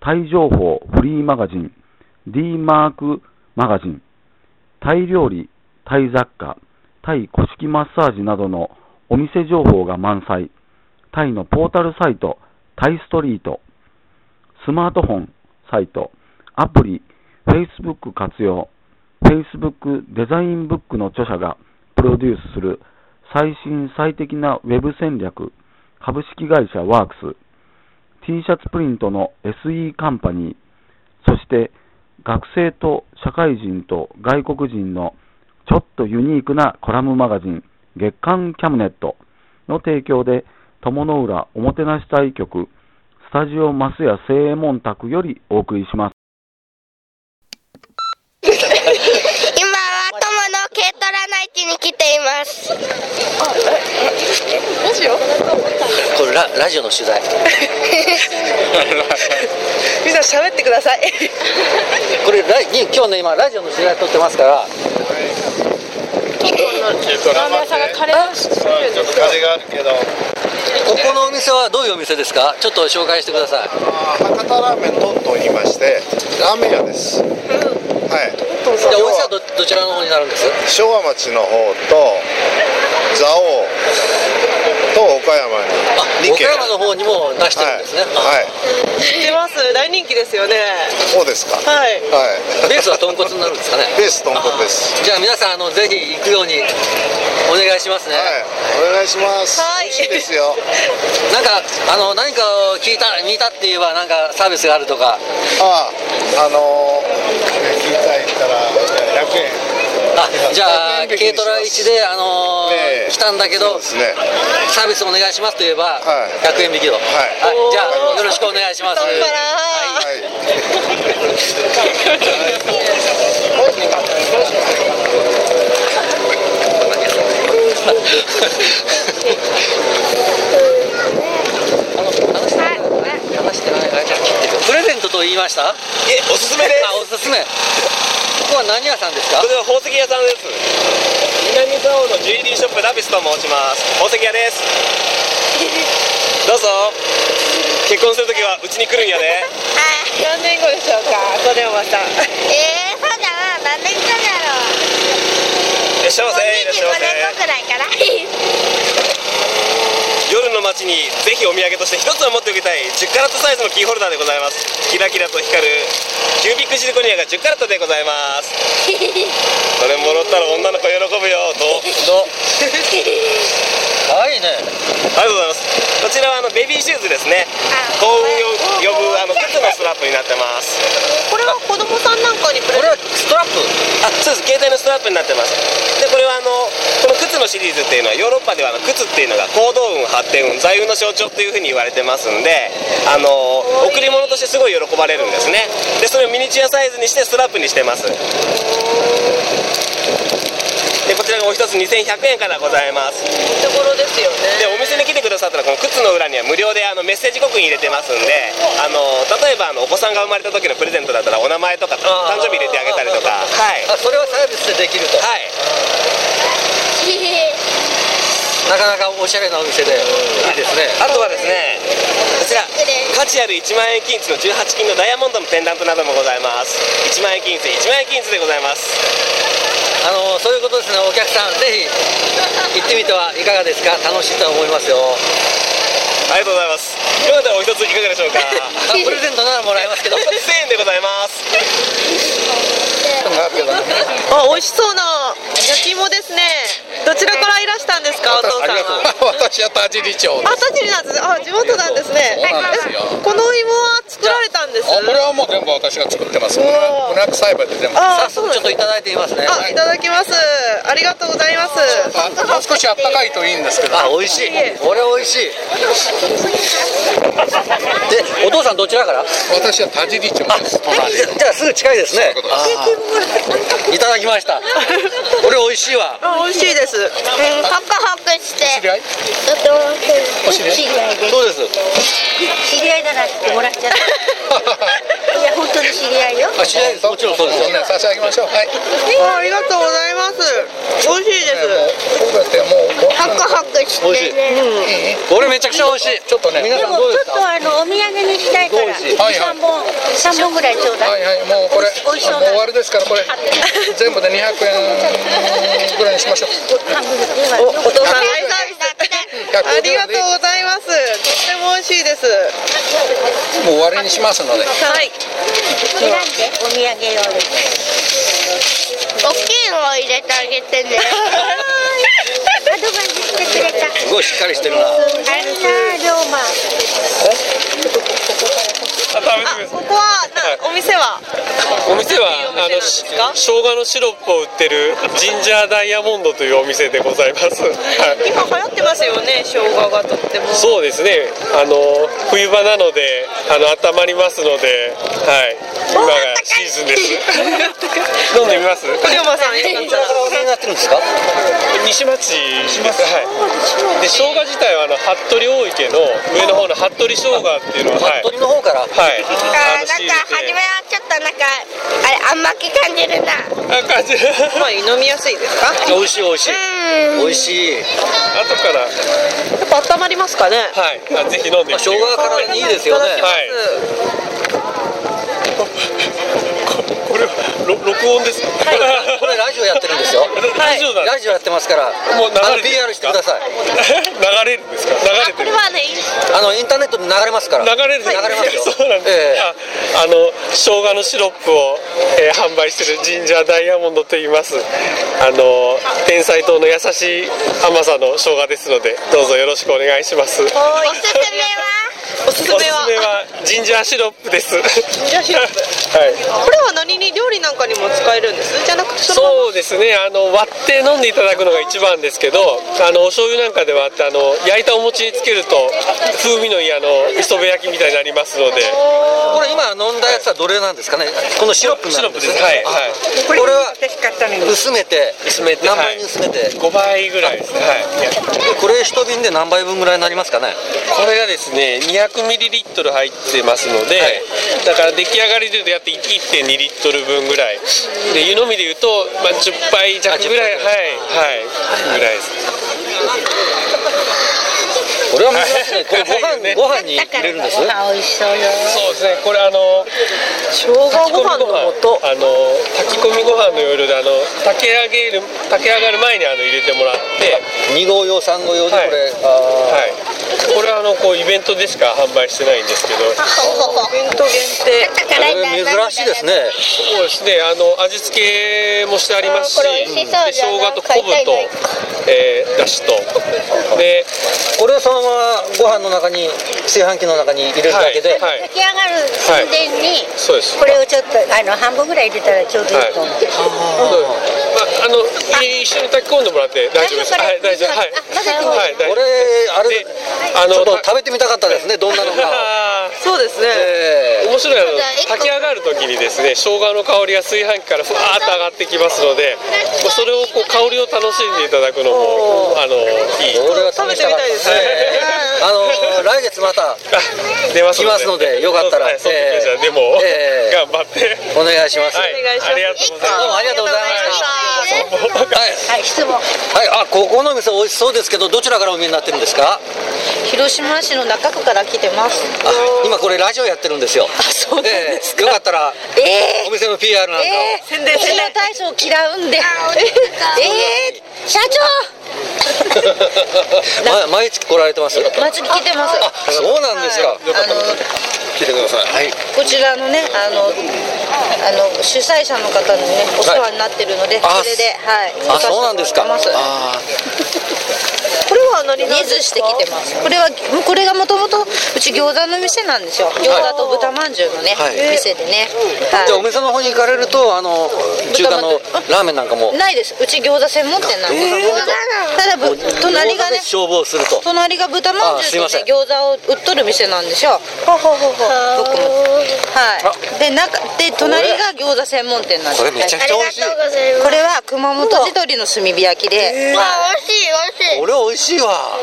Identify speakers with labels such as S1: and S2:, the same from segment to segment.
S1: タイ情報フリーマガジン D マークマガジンタイ料理、タイ雑貨、タイ古式マッサージなどのお店情報が満載。タイのポータルサイト、タイストリート。スマートフォン、サイト、アプリ、Facebook 活用、Facebook デザインブックの著者がプロデュースする最新最適なウェブ戦略、株式会社ワークス、T シャツプリントの SE カンパニー、そして学生と社会人と外国人のちょっとユニークなコラムマガジン月刊キャムネットの提供で友の浦おもてなし対局スタジオマスヤ正右衛門宅よりお送りします。
S2: 今は友の軽トラ内地に来ています
S3: これララジオの取材
S4: 皆さん喋ってください
S3: これラに今日ね今ラジオの取材撮ってますから
S4: ラーメン屋さんがカレーをしてるんですよ
S5: 風があるけど、
S3: ここのお店はどういうお店ですかちょっと紹介してください
S5: あー博多ラーメントントン言いまして、ラーメン屋です。はい。
S3: じゃあお店はどどちらの方になるんです
S5: 昭和町の方と蔵王と岡山
S3: あ
S5: に2
S3: 岡
S5: 軒。
S3: 山の方にも出してるんですね、
S5: はい。はい。
S4: 知ってます大人気ですよね
S5: そうですか。は
S4: はい
S3: あ
S5: い。
S3: ベースは豚骨になるんですかね
S5: ベース豚骨です。
S3: じゃあ皆さんあのぜひ行くようにお願いしますね、
S5: はい。お願いします。
S4: はい
S5: 美味しいですよ。
S3: なんかあの何かを聞いた見たって言えばなんかサービスがあるとか
S5: ああ、あのー、聞いたいから100円。
S3: あじゃあ
S5: 100円引
S3: 軽
S5: きにしま
S3: ト
S5: す
S3: ラ1であのー
S5: ねえ
S3: 来たんだけ
S5: そう
S3: ど
S5: ですね。
S3: サービスお願いしますと言えば、
S5: は
S3: 100円引きの、はい
S5: い
S3: じゃあよろしくお願いします、
S4: 太っ腹
S5: はい。
S3: 話してないからじゃあ切っていこうプレゼントと言いました
S6: えおすすめです
S3: あおすすめここは何屋さんですか
S6: これは宝石屋さんです南蔵王のジュエリーショップラビスと申します宝石屋 ですどうぞ結婚するときはうちに来るんやね
S2: あ
S4: 何年後でしょうか小電話さん
S2: えー、そうだな何年後だろう
S6: いらっしゃいませいらっしゃいま
S2: 25年後
S6: せ
S2: くらいかなえ
S6: 夜の街にぜひお土産として一つは持っておきたい10カラットサイズのキーホルダーでございますキラキラと光るキュービックシリコニアが10カラットでございます これもらったら女の子喜ぶよどう
S3: どはいね
S6: ありがとうございますこちらはあのベビーシューズですね
S2: あ
S6: 幸運を呼ぶあの靴のスラップになってます
S4: これは子供さんなんかにプ
S3: こ
S4: レ
S3: れ
S4: ゼン
S3: はストラップ
S6: あそうです携帯のストラップになってますでこれはあのこの靴のシリーズっていうのはヨーロッパではあの靴っていうのが行動運発展運財運の象徴っていうふうに言われてますんであの贈り物としてすごい喜ばれるんですねでそれをミニチュアサイズにしてストラップにしてますでこちらがお一つ2100円からございます
S4: ト手頃ですよ
S6: で
S4: ね
S6: お店に来てくださったらこの靴の裏には無料であのメッセージ刻印入れてますんであの例えばあのお子さんが生まれた時のプレゼントだったらお名前とか誕生日入れてあげたりとかはい
S3: あそれはサービスでできると
S6: はい
S3: なかなかおしゃれなお店でいいですね
S6: あとはですね、こちら、価値ある1万円均一の18金のダイヤモンドのペンダントなどもございます。1万円均一、1万円均一でございます。
S3: あのそういうことですねお客さんぜひ行ってみてはいかがですか楽しいと思いますよ
S6: ありがとうございます。よかったらお一ついかがでしょうか。
S3: あプレゼントならもらえますけ ど
S6: 1000円でございます。
S4: あ美味しそうな焼き芋ですねどちらからいらしたんですかお父さんは
S7: 私は田尻町
S4: あ、田尻なんです。あ、地元なんですね。
S7: そうなんですよ
S4: えこのの芋は作られたんです
S7: あこれはもう全部私が作ってます
S4: う
S7: これ
S4: わ
S7: は栽培で全部
S4: あ
S3: 早
S4: あそう
S3: 速
S4: な
S3: ち
S4: ん
S3: ょっといただいてみますね
S4: あいただきますありがとうございます
S7: あもう少しあったかいといいんですけど
S3: あ美味しいこれ美味しいでお父さんどちらから
S7: 私は田尻町です隣
S3: じゃじゃあすぐ近いですね
S7: そういうことです
S3: あーいただきましたこれ美味しいわ
S4: あ美味しいです
S2: うん、ホクホクして。
S7: 知り合いお知り合い
S3: そうです
S8: 知り合いだなってもらっちゃった。いや、本当に知り合いよ。
S3: あ知り合いですもちろんそうですよ
S7: ね差し上げましょうはい
S4: あありがとうございます美味しいです
S7: もうこうやってもう
S2: ホクホクして。
S3: 美味しいこれめちゃくちゃ美味しい
S7: ちょっとね
S3: 皆
S8: で
S3: さん
S8: も、
S3: どうで
S8: ちょ
S3: す
S8: っと
S3: か
S8: あの、お土産にしたいから、
S3: どう美味しい
S7: はいはい
S8: 三本、三本ぐらいちょうだ。
S7: はいいはいもうこれ
S8: 美味しそう
S7: も
S8: な
S7: う終わりですからこれ全部で200円ぐらいにしましょう
S8: 半分ぐらい。今
S4: おお父さん大サービ
S2: だって。
S4: スありがとうございますとっても美味しいですは
S7: もう終わりにしますので
S4: い
S8: 選んで、お土産用に。
S2: 大きいのを入れてあげてね。
S8: アドバイスしてくれた。
S3: すごいしっかりしてるな
S8: ありな、龍馬。
S4: あここはなお店は
S9: お店はあの
S4: す
S9: し
S4: か
S9: 生姜のシロップを売ってるジンジャーダイヤモンドというお店でございます。はい
S4: 今流行ってますよね生姜がとっても
S9: そうですね。あの冬場なのであの温まりますので、はい。今がシーズンです。飲んでみます。
S4: 龍馬さんよかったら
S3: これになってるんですか
S9: 西町です。はい。で生姜自体はあの服部大池の上の方の服部生姜っていうのは、はい。
S3: 鳥の方から
S9: はい。
S2: あ
S9: あ
S2: ー
S9: の
S2: なんか初めはちょっとなんかあれ甘き感じるな。
S9: あ感じ。
S4: まあ飲みやすいですか
S3: 美味しい美味しい
S2: うん。
S3: 美味しい
S9: 後から
S4: やっぱ温まりますかね
S9: はい。あぜひ飲んでみて
S3: 生
S9: ください。
S3: 姜からいいですよね
S4: ただきます
S9: これはろ録音ですか。
S3: これラジオやってるんですよ
S9: ラジオだ。
S3: ラジオやってますから
S9: もう流れてる
S3: あの PR してください
S9: 流れるんですか。流れてる。
S2: はね、
S3: あのインターネットで流れますから
S9: 流れる
S3: 流れますよ
S9: そうなんです、
S3: ええ
S9: ああの生姜のシロップを、えー販売してるジンジャーダイヤモンドと言いますあの天才糖の優しい甘さの生姜ですのでどうぞよろしくお願いしますお
S2: おすすめは
S4: おすす
S9: す
S4: め
S9: す
S4: は
S9: めはジンジャーシロップです
S4: ジ ンジャーシロップ
S9: はい
S4: これは何に料理なんかにも使えるんですじゃなくてその
S9: そうですねあの割って飲んでいただくのが一番ですけどあのお醤油なんかで割ってあの焼いたお餅につけると風味のいいあの磯辺焼きみたいになりますので
S3: これ今飲んだやつはどれなんですかねこのシロップにな
S9: シロ
S3: るん
S9: ッ
S3: で
S9: プ
S3: す
S9: ですはい、はい
S3: これは
S8: 私買ったのに。
S3: 薄めて薄めて何倍に薄めて、
S9: 5倍ぐらいですね、はい、
S3: これ一瓶で何杯分ぐらいになりますかね
S9: これがですね200ミリリットル入ってますので、
S3: はい
S9: だから出来上がりでやって1.2リットル分ぐらいで湯飲みでいうと、まあ、10杯弱ぐらい
S3: あ10杯ぐらい
S9: はいはいぐらいです
S3: これは珍しいねこれご
S9: はい
S3: 飯ご飯に
S9: ね
S3: 入れるんです
S8: ご飯美味しそうよ。
S9: そうですねこれあの
S4: 生姜ご飯の素
S9: あの炊き込みご飯の要領であの炊き上げる炊き上がる前にあの入れてもらって
S3: 2合用3合用でこ
S9: はい
S3: れ、
S9: はいこれはあのこうイベントでしか販売してないんですけど
S4: イベント限定
S3: あーこれ珍しいですね
S9: そうですね、あの味付けもしてありますし、
S2: あーこれ美味しそうだな
S9: で生姜と昆布
S2: 買い
S9: と
S2: たいな、
S9: えー、だしと、で、
S3: これをそのままご飯の中に炊飯器の中に入れるだけで、
S9: はい
S8: 炊き上がる寸前に、
S9: そうです。
S8: これをちょっと、あの、半分ぐらい入れたらちょうどいいと思う。
S9: そうまああの一緒に炊き込んでもらって大丈夫です。
S8: 大丈夫
S9: はい、大丈夫、はい、
S8: あ混ぜて
S9: は
S8: も
S9: い、大丈
S3: こ
S9: 夫
S3: れあれ
S9: であの
S3: ちょっと食べてみたかったです ねどんなのか
S4: そうですね
S3: ええ
S9: 面白いあの炊き上がる時にですね生姜の香りが炊飯器からふわーっと上がってきますのでもうそれをこう香りを楽しんでいただくのもあのいい
S3: これは
S4: 食べ
S3: 試してた
S4: み
S3: かったた
S4: いですね
S3: ええあの来月また
S9: あ出ます
S3: 来ますのでよかったら
S9: はいそうです
S3: え
S9: ね
S3: ー
S9: じゃあでも、
S3: えー
S9: 頑張って
S3: お願いします、
S9: は
S4: お願いします
S9: ありがとうござい
S3: どうもありがとうございましたはい
S8: はい、質問。
S3: はい、あ、ここのお店美味しそうですけど、どちらからお見えになってるんですか。
S8: 広島市の中区から来てます。
S3: あ、今これラジオやってるんですよ。あ、そうですか、よかったら、
S8: え
S3: お店の PR なんかを。
S8: えー、
S4: 宣伝宣
S8: 私
S4: 伝
S8: は大将嫌うんで。えー、社
S3: ま毎月来られてます。
S8: 長。まず来てます。
S3: あ、そうなんですか。
S8: あの
S5: 聞いてください。はい。
S8: こちらのねあのあの主催者の方にねお世話になってるので、
S3: はいあ
S8: それではい
S3: あそうなんですか
S8: 使わせてもらって
S3: あ
S8: ますこれは何なんですかしてきてますこれはこれがもともとうち餃子の店なんですよ餃子と豚まんじゅうのね、
S3: はい
S8: 店でね、
S3: ー
S8: はい
S3: じゃあお店の方に行かれるとあの中華のラーメンなんかも
S8: ないですうち餃子専門店なんです、
S3: えー
S8: ただぶ隣がね
S3: 消防すると
S8: 隣が豚まんじゅう
S3: あす
S8: と、
S3: い
S8: ね、餃子を売っとる店なんですよ僕もはいで中で隣が餃子専門店なんです
S3: これめちゃくちゃ美味しい
S2: ありがとうございます
S8: これは熊本地鶏の炭火焼きで、
S2: うわ美味しい美味しい
S3: これ美味しいわ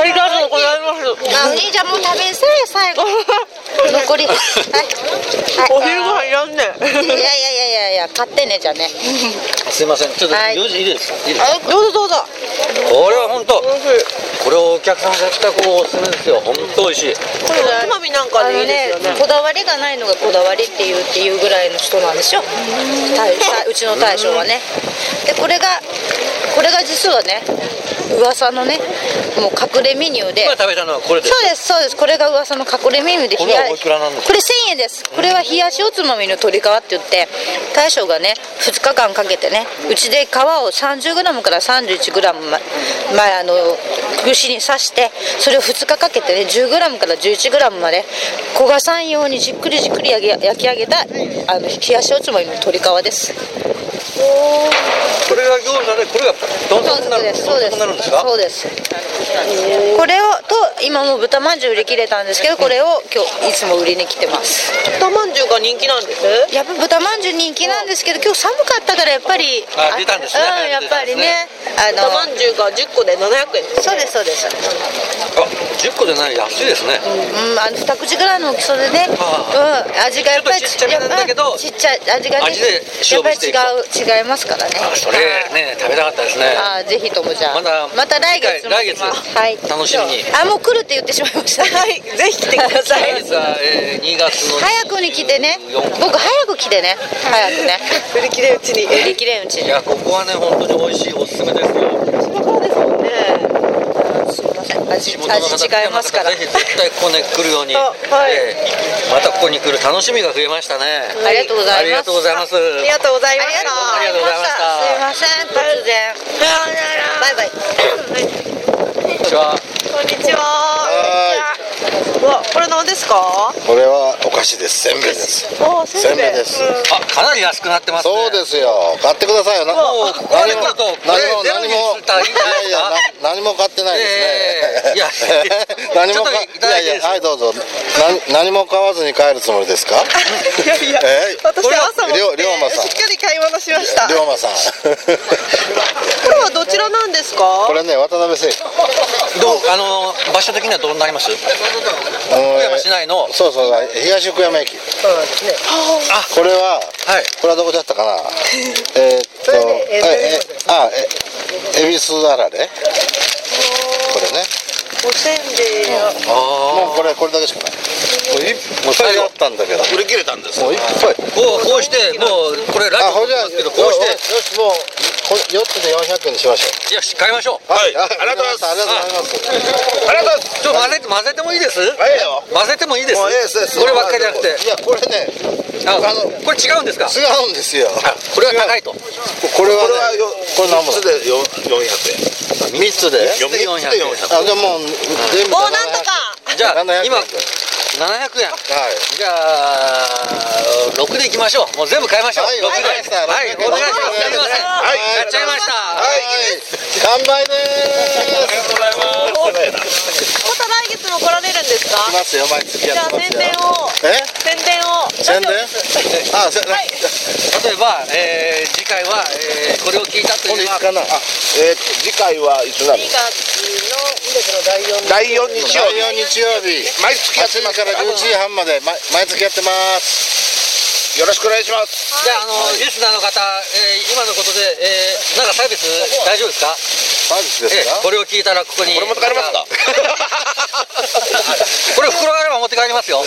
S4: ありがとうございます。
S8: あお兄ちゃんもう食べんせえ 最後残りはい、
S4: お
S8: は
S4: 昼ご飯やんね。
S8: い、いやいやいやいやいや買ってねじゃね
S3: すいませんちょっと
S8: はい
S3: 用事いいですかいいですか
S8: どうぞどうぞ
S3: これは本当これはお客さん絶対ここおすすめですよ本当美味しい
S4: これおつまみなんか
S8: あの
S4: でいいで
S8: ね
S4: すよね。
S8: こだわりがないのがこだわりっていうっていうぐらいの人なんですよ大大うちの大将はねでこれがこれが実はね噂のねもう隠れメニューで
S3: 今食べたのはこれで
S8: そうですそうですこれが噂の隠れメニューで
S3: これは
S8: 冷や
S3: おいくらなんですか
S8: これ1000円ですこれは冷やしおつまみの鶏皮って言って大将がね2日間かけてねうちで皮を 30g から 31g ままあの串に刺してそれを2日かけてね 10g から 11g まで焦がさんようにじっくりじっくり焼き焼き上げたあの冷やしおつまみの鶏皮です
S3: これが餃子でこれがどんどんなる
S8: そうです
S3: どんなるんですか
S8: そうですこれをと今もう豚まんじゅう売り切れたんですけどこれを今日いつも売りに来てます
S4: 豚まんじゅうが人気なんです。
S8: やっぱ豚まんじゅう人気なんですけど今日寒かったからやっぱり
S3: あ出たんですね
S8: うんやっぱりねあ
S4: 豚ま
S8: の
S4: んじゅうが10個で700円です。
S8: そうですそうです、
S3: あ10個でない安いですね
S8: うん、あの二口ぐらいの大きさでね、うん
S3: あ、
S8: 味がやっぱり
S3: ちょっとちっちゃめなんだけど
S8: やっぱちっちゃい味がね
S3: 味で
S8: や
S3: 勝
S8: っ
S3: 負
S8: ぱり
S3: していこ
S8: 違う違いますからね
S3: あそれね食べたかったですね
S8: ああぜひともじゃあ
S3: まだ
S8: また来月も来ます
S3: 次
S8: はい
S3: 回来月楽しみに
S8: あもう来るって言ってしまいました
S4: はい、ぜひ来てください。
S3: 来月は、えー、2月の
S8: 早くに来てね僕早く来てね早くね
S4: 売り切れうちに。
S8: 売り切れんうち
S3: い
S8: に
S3: やここはね本当に美味しいおすすめですよ
S4: そうですもんね。
S8: すいません味
S3: 地元の方
S8: 味違いますから
S3: ぜひ絶対ここに来る ように、
S4: あはい
S3: えーまたここに来る楽しみが増えましたね
S8: ありがとうございます
S3: ありがとうございます
S4: ありがとうございました。
S3: ありがとうございました
S8: すいません突然バイバイ
S3: こんにちは
S4: こんにちは。
S5: は
S4: うわ、これ何ですか。あ
S5: ーい。これはお菓子です。せんべいです。、せんべいで
S4: う
S5: す
S4: ん
S3: あかなり安くなってますね
S5: そうですよ。買ってくださいよ。な
S3: もうここまで来るとこれ
S5: 何も
S3: ゼロ
S5: 何
S3: に
S5: も
S3: したらいいんじゃない
S5: い
S3: で
S5: やいや
S3: すか
S5: な何も買ってないですね。
S3: いやいや
S5: 何も
S3: ちょ
S5: か
S3: っといただいていいですか
S5: はいどうぞ。な何も買わずに帰るつもりですか？
S4: いやいや
S5: え、ー
S4: 私朝も
S5: りょ
S4: 起き
S5: う
S4: て
S5: 龍馬さん
S4: しっかり買い物しました。
S5: 龍
S4: こ
S5: 馬さん。
S4: れはどちらなんですか。
S5: これね渡辺製。
S3: どうあのー場所的にはどうなります
S5: あの
S3: 福山市内の
S5: そうそう東福山駅。
S3: あ
S5: これは
S3: はい
S5: これはどこだったかな。えーっとええあえ恵比寿あられ。これね。
S4: おせんべいや。
S3: あ
S5: もうこれこれだけしかない。もう最後あったんだけど。
S6: 売り切れたんです
S5: もういっぱい。
S3: あこうこうしてもうこれラ
S5: あ、
S3: ジオ
S5: ほじゃ
S3: なんですけどこうして
S5: よしもうこ4つで400円にしましょう。
S3: よし買いましょう
S6: はい
S5: ありがとうございます。ありがとうございます。あ
S3: ちょっと混ぜ
S5: りがとうございます。
S3: て混ぜてもいいです
S5: はいよ。
S3: 混ぜてもいいです
S5: もういいで
S3: こればっかり
S5: すいいです
S3: じゃなくてあ
S5: いやこれねあの
S3: これ違うんですか
S5: 違うんですよ。
S3: あこれは高いと
S5: これはねこれ何本？
S6: で400円
S5: 三つで。
S6: 四つで400円
S5: あじゃあもう全部。
S4: おなんとか。。
S3: じゃあ
S5: 700円
S3: 今
S5: はい。
S3: 700円じゃあ6でいきましょうもう全部買いましょう、
S5: はい
S3: 六で
S5: わかりました
S3: はいお
S5: 六で
S3: 願いしますすみません
S5: はい
S3: やっちゃいました、
S5: はい。乾杯でーす。
S4: また来月も来られるんですか
S5: 来。ますよ毎月
S4: じゃ
S5: やっ
S4: あ
S5: てます
S4: 宣
S5: よ。
S4: 伝を。
S5: え？
S4: 宣伝を。
S5: 宣伝あ、せ
S4: はい
S3: 例えば、えー次回は、えーこれを聞いたというのは
S5: かな。あ、
S6: えーと次回はいつなの
S4: 2月の
S6: 第4日曜
S5: 第
S6: 日
S5: 4日曜日。
S6: 毎月やって
S5: 8時
S6: ます
S5: から11時半まで毎毎月やってます
S6: よろしくお願いします
S3: じゃああの、リスナーの方、えー今のことで、えーなんか差別大丈夫ですか
S5: サービスで
S3: えーこれを聞いたらここに
S6: これ持って帰りますか
S3: これ袋があれば持って帰りますよ
S6: ほん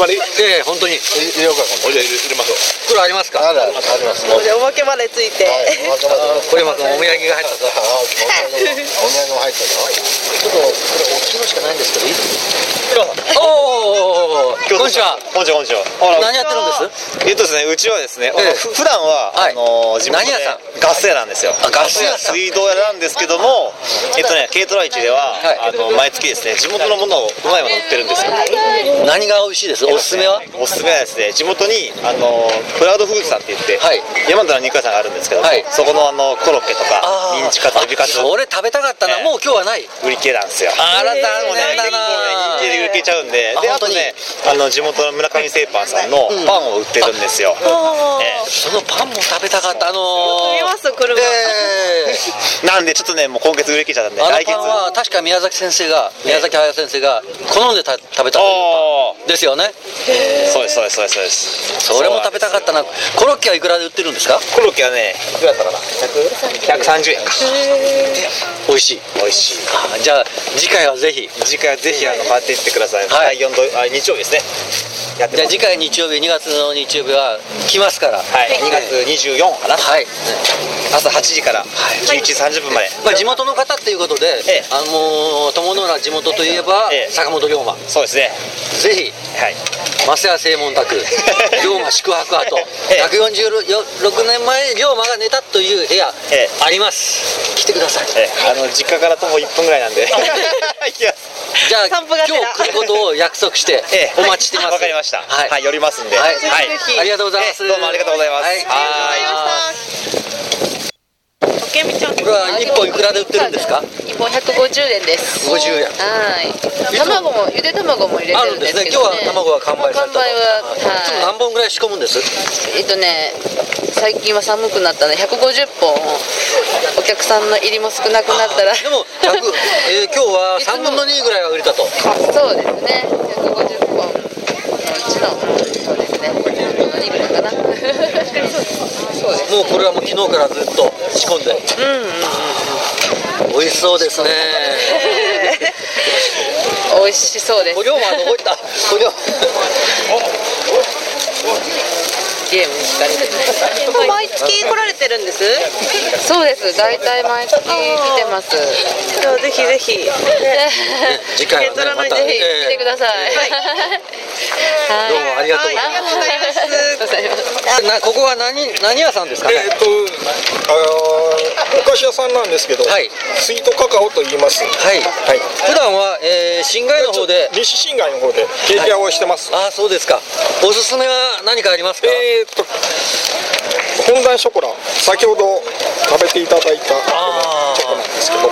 S6: まに
S3: ええ本当に
S5: い医療学
S6: おいじゃあ入れ入れましょう
S3: 袋あります
S5: の
S3: か
S5: あるあるあります
S4: 第4日おまけまでついて、
S5: はいお墓まで
S3: 小山君お土産が入ったぞ
S5: あお土産もお土産も入ったよちょっとこれお昼
S3: しかないんですけどいいですかおおこんにちは
S10: こんにちはこんにちは
S3: 何やってるんです
S10: えっとですねうちはですね、
S3: ええ
S10: ふ普段は、あの地元
S3: 何屋さ
S10: でガス屋なんですよ
S3: あガス屋
S10: ガス水道屋なんですけどもえっとね軽トラ市では、あの毎月ですね地元のものをうまいもの売ってるんですよ
S3: 何が美味しいですおすすめは
S10: おすすめはですね地元にあのプラウドフグさんって言って、山田の肉屋さんがあるんですけど、そこのあのコロッケとかミンチカツエビカツ
S3: それ食べたかったな、もう今日はない
S10: 売り切れなんですよ
S3: あら残念だ
S10: な人気で売り切れちゃうんで
S3: あ
S10: であ
S3: 本当
S10: と
S3: に
S10: ねあの地元の村上製パンさんのパンを売ってるんですよ、
S3: そのパンも食べたかったあのー、
S4: ます車、
S10: なんでちょっとねもう今月売り切れちゃったんで
S3: あの
S10: 来月
S3: パンは確か宮崎先生が宮崎駿先生が好んでた食べたというパンですよね
S10: そうですそうですそうですそうです
S3: それも食べたかったなコロッケはいくらで売ってるんですか
S10: コロッケはねいくらだったかな130円か
S3: 美味しい
S10: 美味しい
S3: じゃあ次回はぜひ
S10: 次回はぜひあの買っていってください、はい、第4度あ日曜日ですねやって
S3: じゃあ
S10: ます
S3: 次回日曜日2月の日曜日は来ますから
S10: はい2月24かな
S3: はい
S10: 朝8時から11時30分まで
S3: まあ、地元の方っていうことで、あのー友の浦地元といえば、坂本龍馬
S10: そうですね
S3: ぜひ、増屋正門 宅龍馬宿泊跡、146年前龍馬が寝たという部屋、あります来てください、
S10: あの実家から徒歩1分ぐらいなん で
S3: じゃあ今日来ることを約束して、お待ちしてますわ、かりま
S10: した
S3: はい、
S10: 寄りますんで
S3: はい、
S10: はい
S3: ありがとうございます、どうもありがとうございますはいこれは1本いくらで売ってるんですか
S11: 一本百五十円です。
S3: 50円
S11: はい。卵もゆで卵も入れ
S3: あ
S11: て
S3: る
S11: る
S3: ん
S11: んで
S3: で
S11: すす
S3: ね
S11: けどね。
S3: 今日は卵が完売され
S11: 完
S3: たと
S11: 売は、
S3: いつも
S11: は
S3: 何本ぐらい仕込むんです
S11: い。えっとね、最近は寒くなったね、百五十本。お客さんの入りも少なくな ったら。で
S3: も、えー今日は3分の2ぐらいは売れたと
S11: そうですね。百五十本のうちの、そうですね。150本の二ぐらいかな。
S3: もうこれはもう昨日からずっと仕込んで美味しそうですね
S11: 美味しそうです。
S3: お量はどこ行った？お量。
S11: ゲームに疲れてる。
S4: 毎月来られてるんです
S11: そうです。大体毎月来てます。
S4: じゃあぜ ひぜひ
S3: 次回はねまた、
S11: ぜひ来て
S3: え
S11: ください。
S3: ーどうもありがとうございますなここは何何屋さんですかね。
S7: えっとあのお菓子屋さんなんですけど、スイートカカオと言います。はいはい。
S3: 普段は、えー、新街の方で
S7: 西新街の方でケーキ屋をしてます。
S3: ああそうですか。おすすめは何かありますか？
S7: えっと本山ショコラ先ほど食べていただいたチョコなんですけど。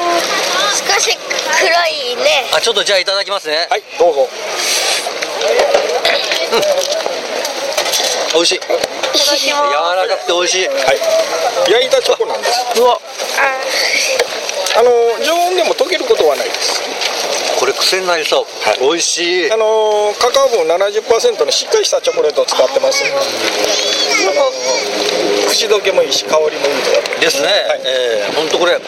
S2: 少し黒いね
S3: あちょっとじゃあいただきますね
S7: はいどうぞ
S3: 美味しい柔らかくて美味しい
S7: はい焼いたチョコなんですうわあの常温でも溶けることはないです
S3: これ癖になりそう、美味しい
S7: あのカカオ分70%のしっかりしたチョコレートを使ってますあの口どけもいいし香りもいい
S3: ですね、ええ本当これ若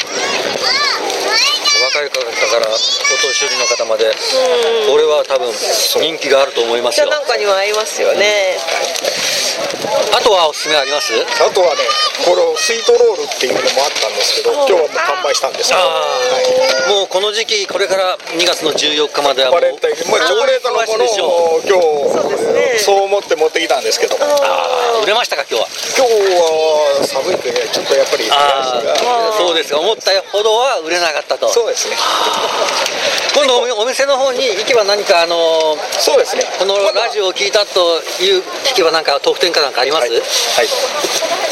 S3: い方からお年寄りの方までこれは多分人気があると思います
S4: じゃ
S3: よ
S4: なんかには合いますよね
S3: あとはおすすめあります
S7: あとはねこのスイートロールっていうのもあったんですけど今日はもう完売したんですけど
S3: あーもうこの時期これから2月の14日まではもうバレン
S7: タインまあチョコレートのものを今日そう思って持ってきたんですけど今日
S3: 売れましたか今日は
S7: は寒いんでねちょっとやっぱり
S3: あーそうですか思ったほどは売れなかったと
S7: そうですね
S3: 今度おお店の方に行けば何かあの
S7: そうですね
S3: このラジオを聞いたという聞けばなんか特典かなんかあります、
S7: はい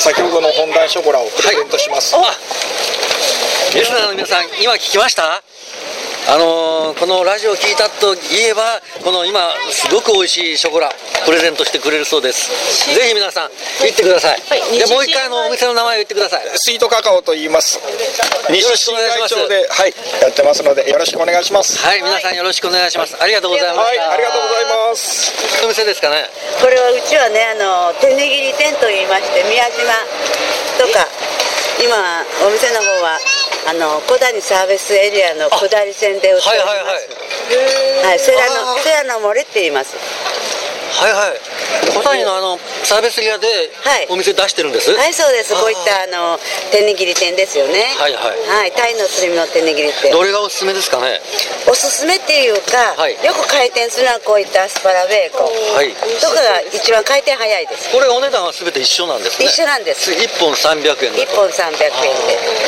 S7: 先ほどの本田ショコラをプレゼントします、
S3: リスナーの皆さん、今聞きましたあのーこのラジオを聞いたと言えば、この今、すごく美味しいショコラ、プレゼントしてくれるそうです。ぜひ皆さん、行ってください。
S7: はい
S3: で、もう一回あのお店の名前を言ってください。
S7: スイートカカオと言います西新海町ではいやってますのでよろしくお願いします
S3: はい、皆さんよろしくお願いします。ありがとうございます。はい、ありがとうござ
S7: います。
S3: お店ですかね。
S12: これはうちはねあの手握り店と言いまして宮島とか今はお店の方はあの小谷サービスエリアの小谷線で売っておりますはいセラのセラの森って言います
S3: はいはい。小谷のあのサービスエリアでお店出してるんです、
S12: はい、そうです。こういったあの手握り店ですよね。
S3: はいはい
S12: はい、タイのスリムの手握り店。
S3: どれがおすすめですかね
S12: おすすめっていうか、よく回転するのはこういったアスパラベーコン
S3: はい
S12: とかが一番回転早いです。
S3: これお値段は全て一緒なんですね
S12: 一緒なんです
S3: 1本300円
S12: 一本300円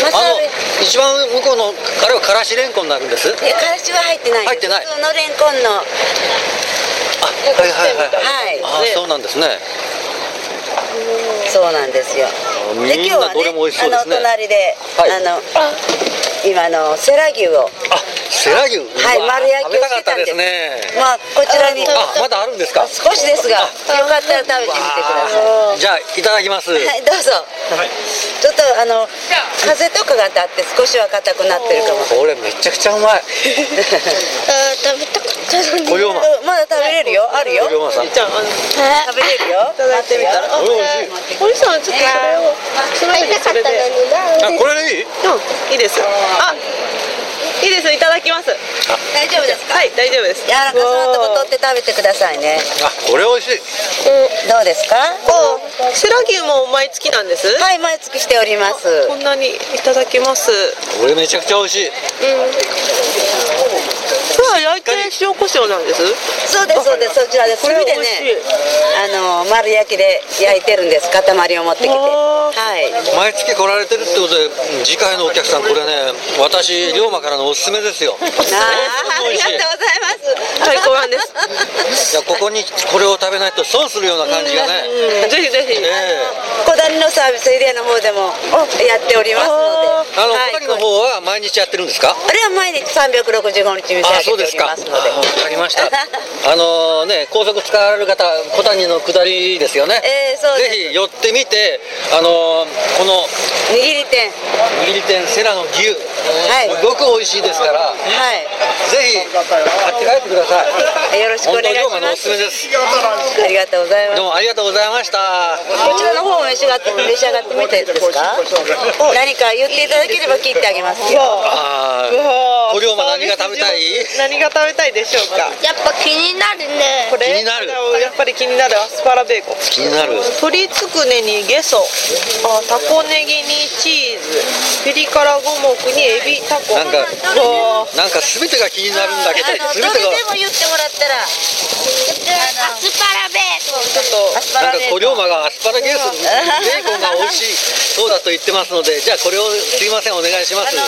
S12: で。ま
S3: あの一番向こうのあれはからしれんこんになるんです
S12: でからしは入ってない入ってない普通のレンコンの
S3: はいはいはい
S12: はい
S3: ああそうなんですね
S12: そうなんですよで
S3: みん
S12: 今日
S3: な
S12: はね
S3: どれも美味しそう
S12: あ
S3: で
S12: の
S3: すね
S12: 隣で、あの今あのセラ牛を
S3: セラ牛
S12: はいう
S3: わ
S12: 丸焼きをしてたんです
S3: 食べたかったですね
S12: まあこちらに
S3: あまだあるんですか
S12: 少しですがよかったら食べてみてください
S3: じゃあいただきます
S12: はいどうぞ、ちょっとあの風とかが当たって少しは硬くなってるかも
S3: これめちゃくちゃう まい
S12: 食べたかったの
S3: に小龍馬
S12: まだ食べれるよあるよ
S3: 小龍馬さん
S12: じゃああの食べれるよいただいてみたら
S4: 堀さんちょっとそれをそれでそれで
S12: あこれ
S4: でいいうんいいですあいいですいただきます
S12: 大丈夫です
S4: はい大丈夫です
S12: 柔らかそうなとこ取って食べてくださいね
S3: あこれ美味しい
S12: どうですか
S4: セラ牛も毎月なんです
S12: はい毎月しております
S4: こんなにいただきます
S3: これめちゃくちゃ美味しい
S4: それは焼いて塩コショウなんです
S12: そうですそうですそちらで炭でねあの丸焼きで焼いてるんです塊を持ってきてはい
S3: 毎月来られてるってことで次回のお客さんこれね私龍馬からのおすすめですよ
S4: ありがとうございます最高なんです
S3: いやここにこれを食べないと損するような感じがね、
S4: ぜひぜひ、
S12: 小谷のサービスエリアの方でもやっておりますので
S3: あの、小谷の方は毎日やってるんですか
S12: あれは毎日365日店
S3: あ
S12: 開けて
S3: そ
S12: お
S3: うです
S12: り
S3: か。わ
S12: ま
S3: か
S12: すので
S3: りました。 あのね高速使われる方小谷の下りですよね。
S12: えーそうです
S3: ぜひ寄ってみてあのーこの
S12: 握り店
S3: 握り店セラの牛、すごく美味しいですから、ぜひ買って帰ってください。
S12: よろしくお願いし
S3: 本当龍馬の
S12: ます
S3: おすすめです。
S12: ありがとうございます
S3: どうもありがとうございました。
S12: こちらの方を召し上がって召し上がってみていいですか何か言っていただければ聞いてあげますよ
S3: あー小龍馬何が食べたい？
S4: 何が食べたいでしょうか
S2: やっぱ気になるね
S4: これ
S3: 気になる
S4: やっぱり気になるアスパラベーコン
S3: 気になる。
S4: 鶏つくねにゲソあタコネギにチーズピリ辛五目にエビタコ
S3: なんか
S4: わ
S3: なんか全てが気になるんだけど
S12: あの、
S3: 全て
S12: どれ
S3: が
S12: でも言ってもらったら
S2: アスパラベーコンち
S12: ょっとアスパ
S3: なん
S12: ラ
S3: か
S12: ベ
S3: 小
S12: ー
S3: 龍
S12: コン
S3: 馬がアスパラゲースベーコンが美味しいそうだと言ってますのでじゃあこれをすいませんお願いします
S12: い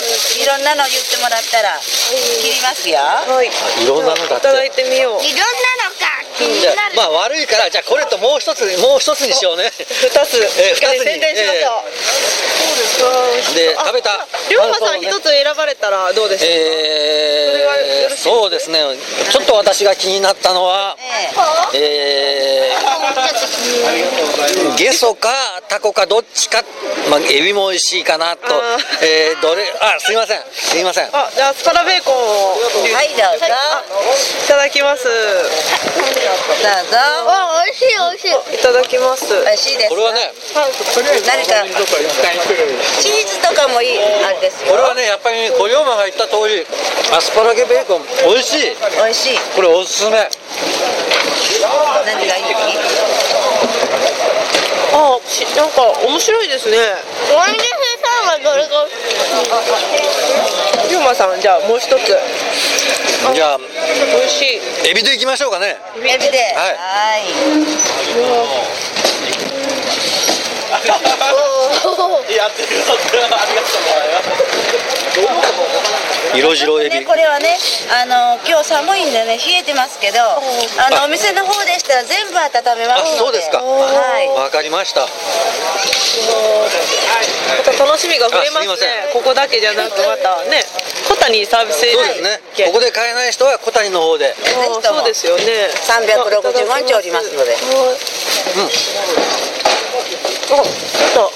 S12: ろんなの言ってもらったら切りますよ
S4: はい
S3: いろんなのだって
S4: いてみよう
S2: いろんなのか気に
S3: じゃ
S2: なる
S3: あまあ悪いからじゃあこれともう一つもう一つにしようね
S4: 二つ
S3: えー、二つに
S4: 宣伝しましょう、
S3: えーで食べた
S4: 龍馬さん一つ選ばれたらどうですか、
S3: えーそうですねちょっと私が気になったのはえーゲソかタコかどっちか、まあ、エビも美味しいかなと、えーどれあすいませんすいません
S4: あじゃあアスパラベーコンを
S12: はいどうぞ
S4: いただきます
S12: どうぞ
S2: あ美味しい美味しい
S4: いただきます
S12: 美味しいです
S3: これはね
S12: 何かチーズとかもいいあれですよ
S3: これはねやっぱりね小龍馬が言った通りアスパラゲベーコン美味しい
S12: 美味しい
S3: これおすすめ
S12: 何がいい
S4: あしなんか面白いですね
S2: おいしいさんはどれが
S4: 龍馬さんじゃあもう一つ
S3: じゃあ
S4: 美味しい
S3: エビでいきましょうかね
S12: エビではい
S6: やってくださってありがとうございます
S3: 色白エビ
S12: ねこれはねあの今日寒いんでね冷えてますけどあの
S3: あ
S12: お店の方でしたら全部温めま
S3: あ
S12: す
S3: そ
S12: の
S3: うですか
S12: はい
S3: わかりました
S4: また楽しみが増えますね
S3: あすいま
S4: ここだけじゃなくまたね小谷サービスエリアそうです
S3: ねここで買えない人は小谷の方で
S4: そうですよね
S12: 365日おりますので
S4: あちょっと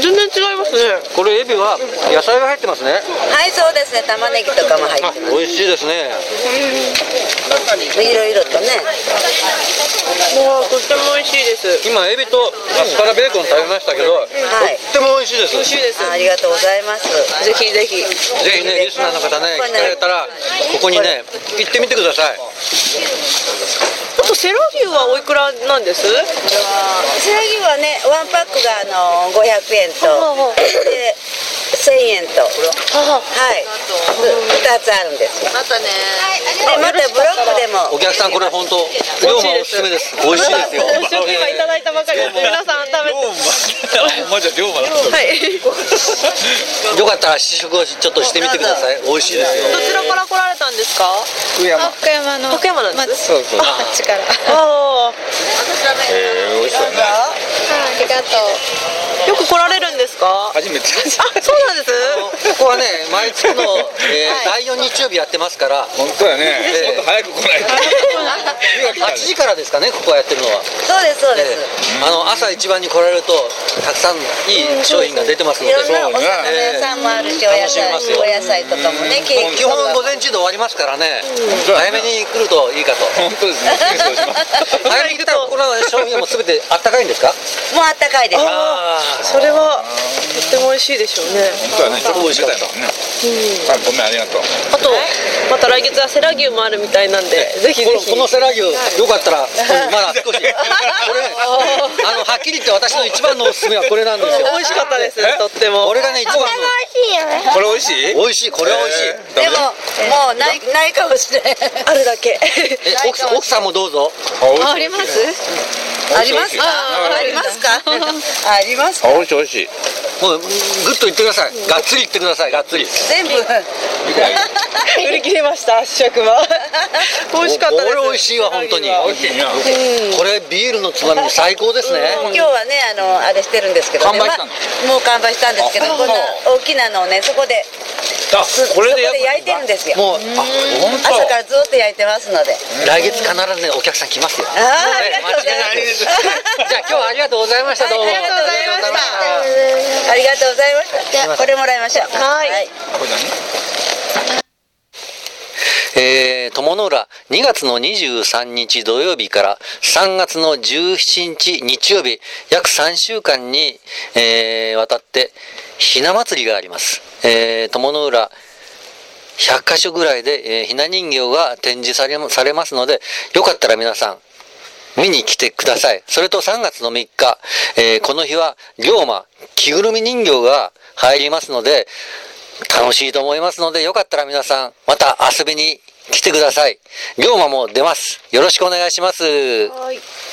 S4: 全然違いますね
S3: これエビは野菜が入ってますね
S12: はいそうですね玉ねぎとかも入ってます
S3: 美味しいですね
S12: いろいろとね
S4: もうとっても美味しいです
S3: 今エビとアスパラベーコン食べましたけど、とっても美味しいです
S4: 美味しいです
S12: ありがとうございます
S4: ぜひぜひ
S3: ぜひねリスナーの方ね聞かれたらここにね行ってみてください
S4: あとセロギはおいくらなんです
S12: セロギはねワンパックがあの500円とで1000円とはい2つあるんですまたねでまたブロックでも
S3: お客さんこれ本当量もおすすめです美味しいですよ
S4: 一生懸命いただいたばかりです皆さん食べ
S3: マジ龍馬だ
S4: てはい
S3: よかったら試食をちょっとしてみてください美味しいですよ
S4: どちらから来られたんですか
S3: 福山
S4: 福山の福山なんです
S3: そうそう
S4: あっちからああ
S13: えー、美味しそうね
S4: ありがとうよく来られるんですか
S13: 初めて
S4: あそうなんです
S3: ここはね毎月の、えー第4日曜日やってますから
S13: 本当やねもっと早く来ないと
S3: 8時からですかねここやってるのは
S12: そうですそうです
S3: あの朝一番に来られるとたくさんいい商品が出てますの
S12: い
S3: で
S12: ろんなお魚屋さんもあるしお野
S3: 楽し
S12: 菜
S3: めますよ
S12: お野菜とかもねケー
S3: 基
S12: キと
S3: 本
S12: か
S3: 午
S12: も
S3: 前中で終わりますからね
S12: 当だ
S3: 早めに来るといいかと本当ですね早めに来たらこの商品はもう全てあったかいんですか
S12: もうあったかいです
S4: それはとっても美味しいでしょうね
S13: 本当やねちょっと美味しかったねあごめんありがとう
S4: あとまた来月はセラギウもあるみたいなんでぜひぜひ
S3: このセラギウよかったらまだ 少しこれあのはっきり言って私の一番のおすすめはこれなんですよ
S4: 美味しかったです
S3: とってもこれがね一番の
S2: これ美味しいよね
S3: 美味しいこれは美味しい
S12: でももうないないかもしれない
S4: あるだけ
S3: え奥さん奥さんもどうぞ
S12: ありますありますかありますかあります
S3: あ、美味しい美味しい。もうグッと言ってください。がっつり言ってください。がっつ り。
S12: 全部
S4: 売り切れました試食は美味しかったです
S3: これ美味しいわ本当に。美味しいな。これビールのつまみに最高ですね。
S12: もう今日はねあのあれしてるんですけど、ね、
S3: 完売したの
S12: まあもう完売したんですけど
S3: あ
S12: こんな大きなのをねそこで
S3: あ
S12: そこで焼いてるんですよ
S3: もう
S12: 朝からずっと焼いてますので
S3: 来月必ずねお客さん来ますよ。
S12: あーありがとうございます
S3: じゃあ今日はありがとうございました。どうも。
S12: ありがとうございましたじゃあこれもらいましょうはい
S3: えー、友の浦、2月の23日土曜日から3月の17日日曜日、約3週間に、えー、わたって、ひな祭りがあります。えー、友の浦、100箇所ぐらいで、えーひな人形が展示されされますので、よかったら皆さん、見に来てください。それと3月の3日、えーこの日は、龍馬、着ぐるみ人形が入りますので、楽しいと思いますので、よかったら皆さん、また遊びに来てください。龍馬も出ます。よろしくお願いします。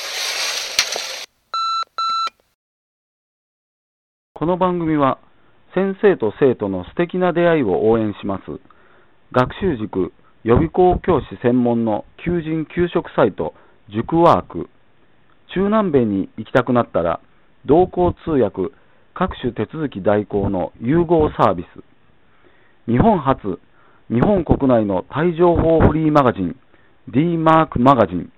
S1: この番組は先生と生徒の素敵な出会いを応援します学習塾予備校教師専門の求人・給食サイト塾ワーク中南米に行きたくなったら同行通訳各種手続き代行の融合サービス日本初日本国内のタイ情報フリーマガジン D マークマガジン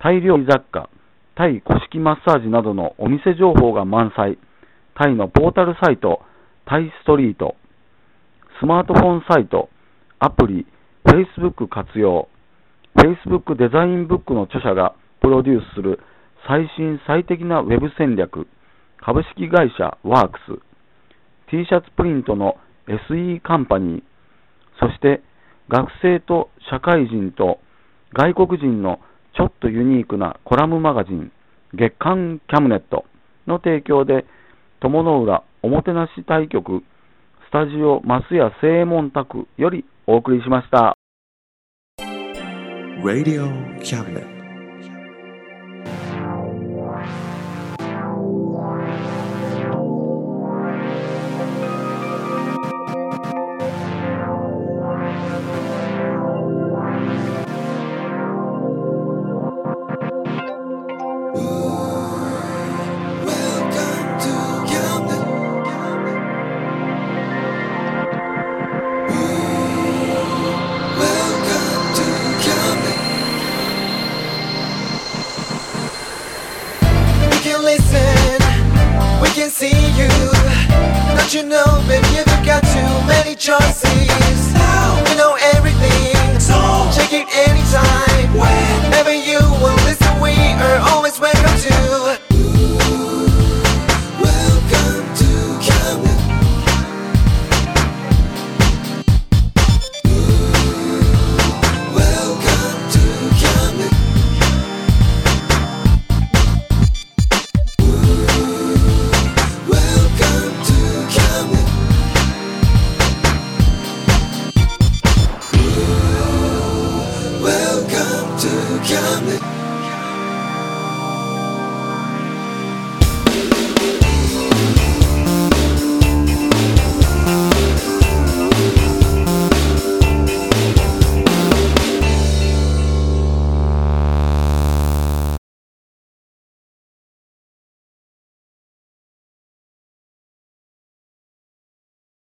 S1: タイ料理雑貨タイ古式マッサージなどのお店情報が満載タイのポータルサイト、タイストリート、スマートフォンサイト、アプリ、Facebook 活用、Facebook デザインブックの著者がプロデュースする最新最適なウェブ戦略、株式会社ワークス、T シャツプリントの SE カンパニー、そして学生と社会人と外国人のちょっとユニークなコラムマガジン、月刊キャムネットの提供で、友の浦おもてなし対局スタジオ増屋正門宅よりお送りしました。
S14: Radio Cabinet.
S15: choices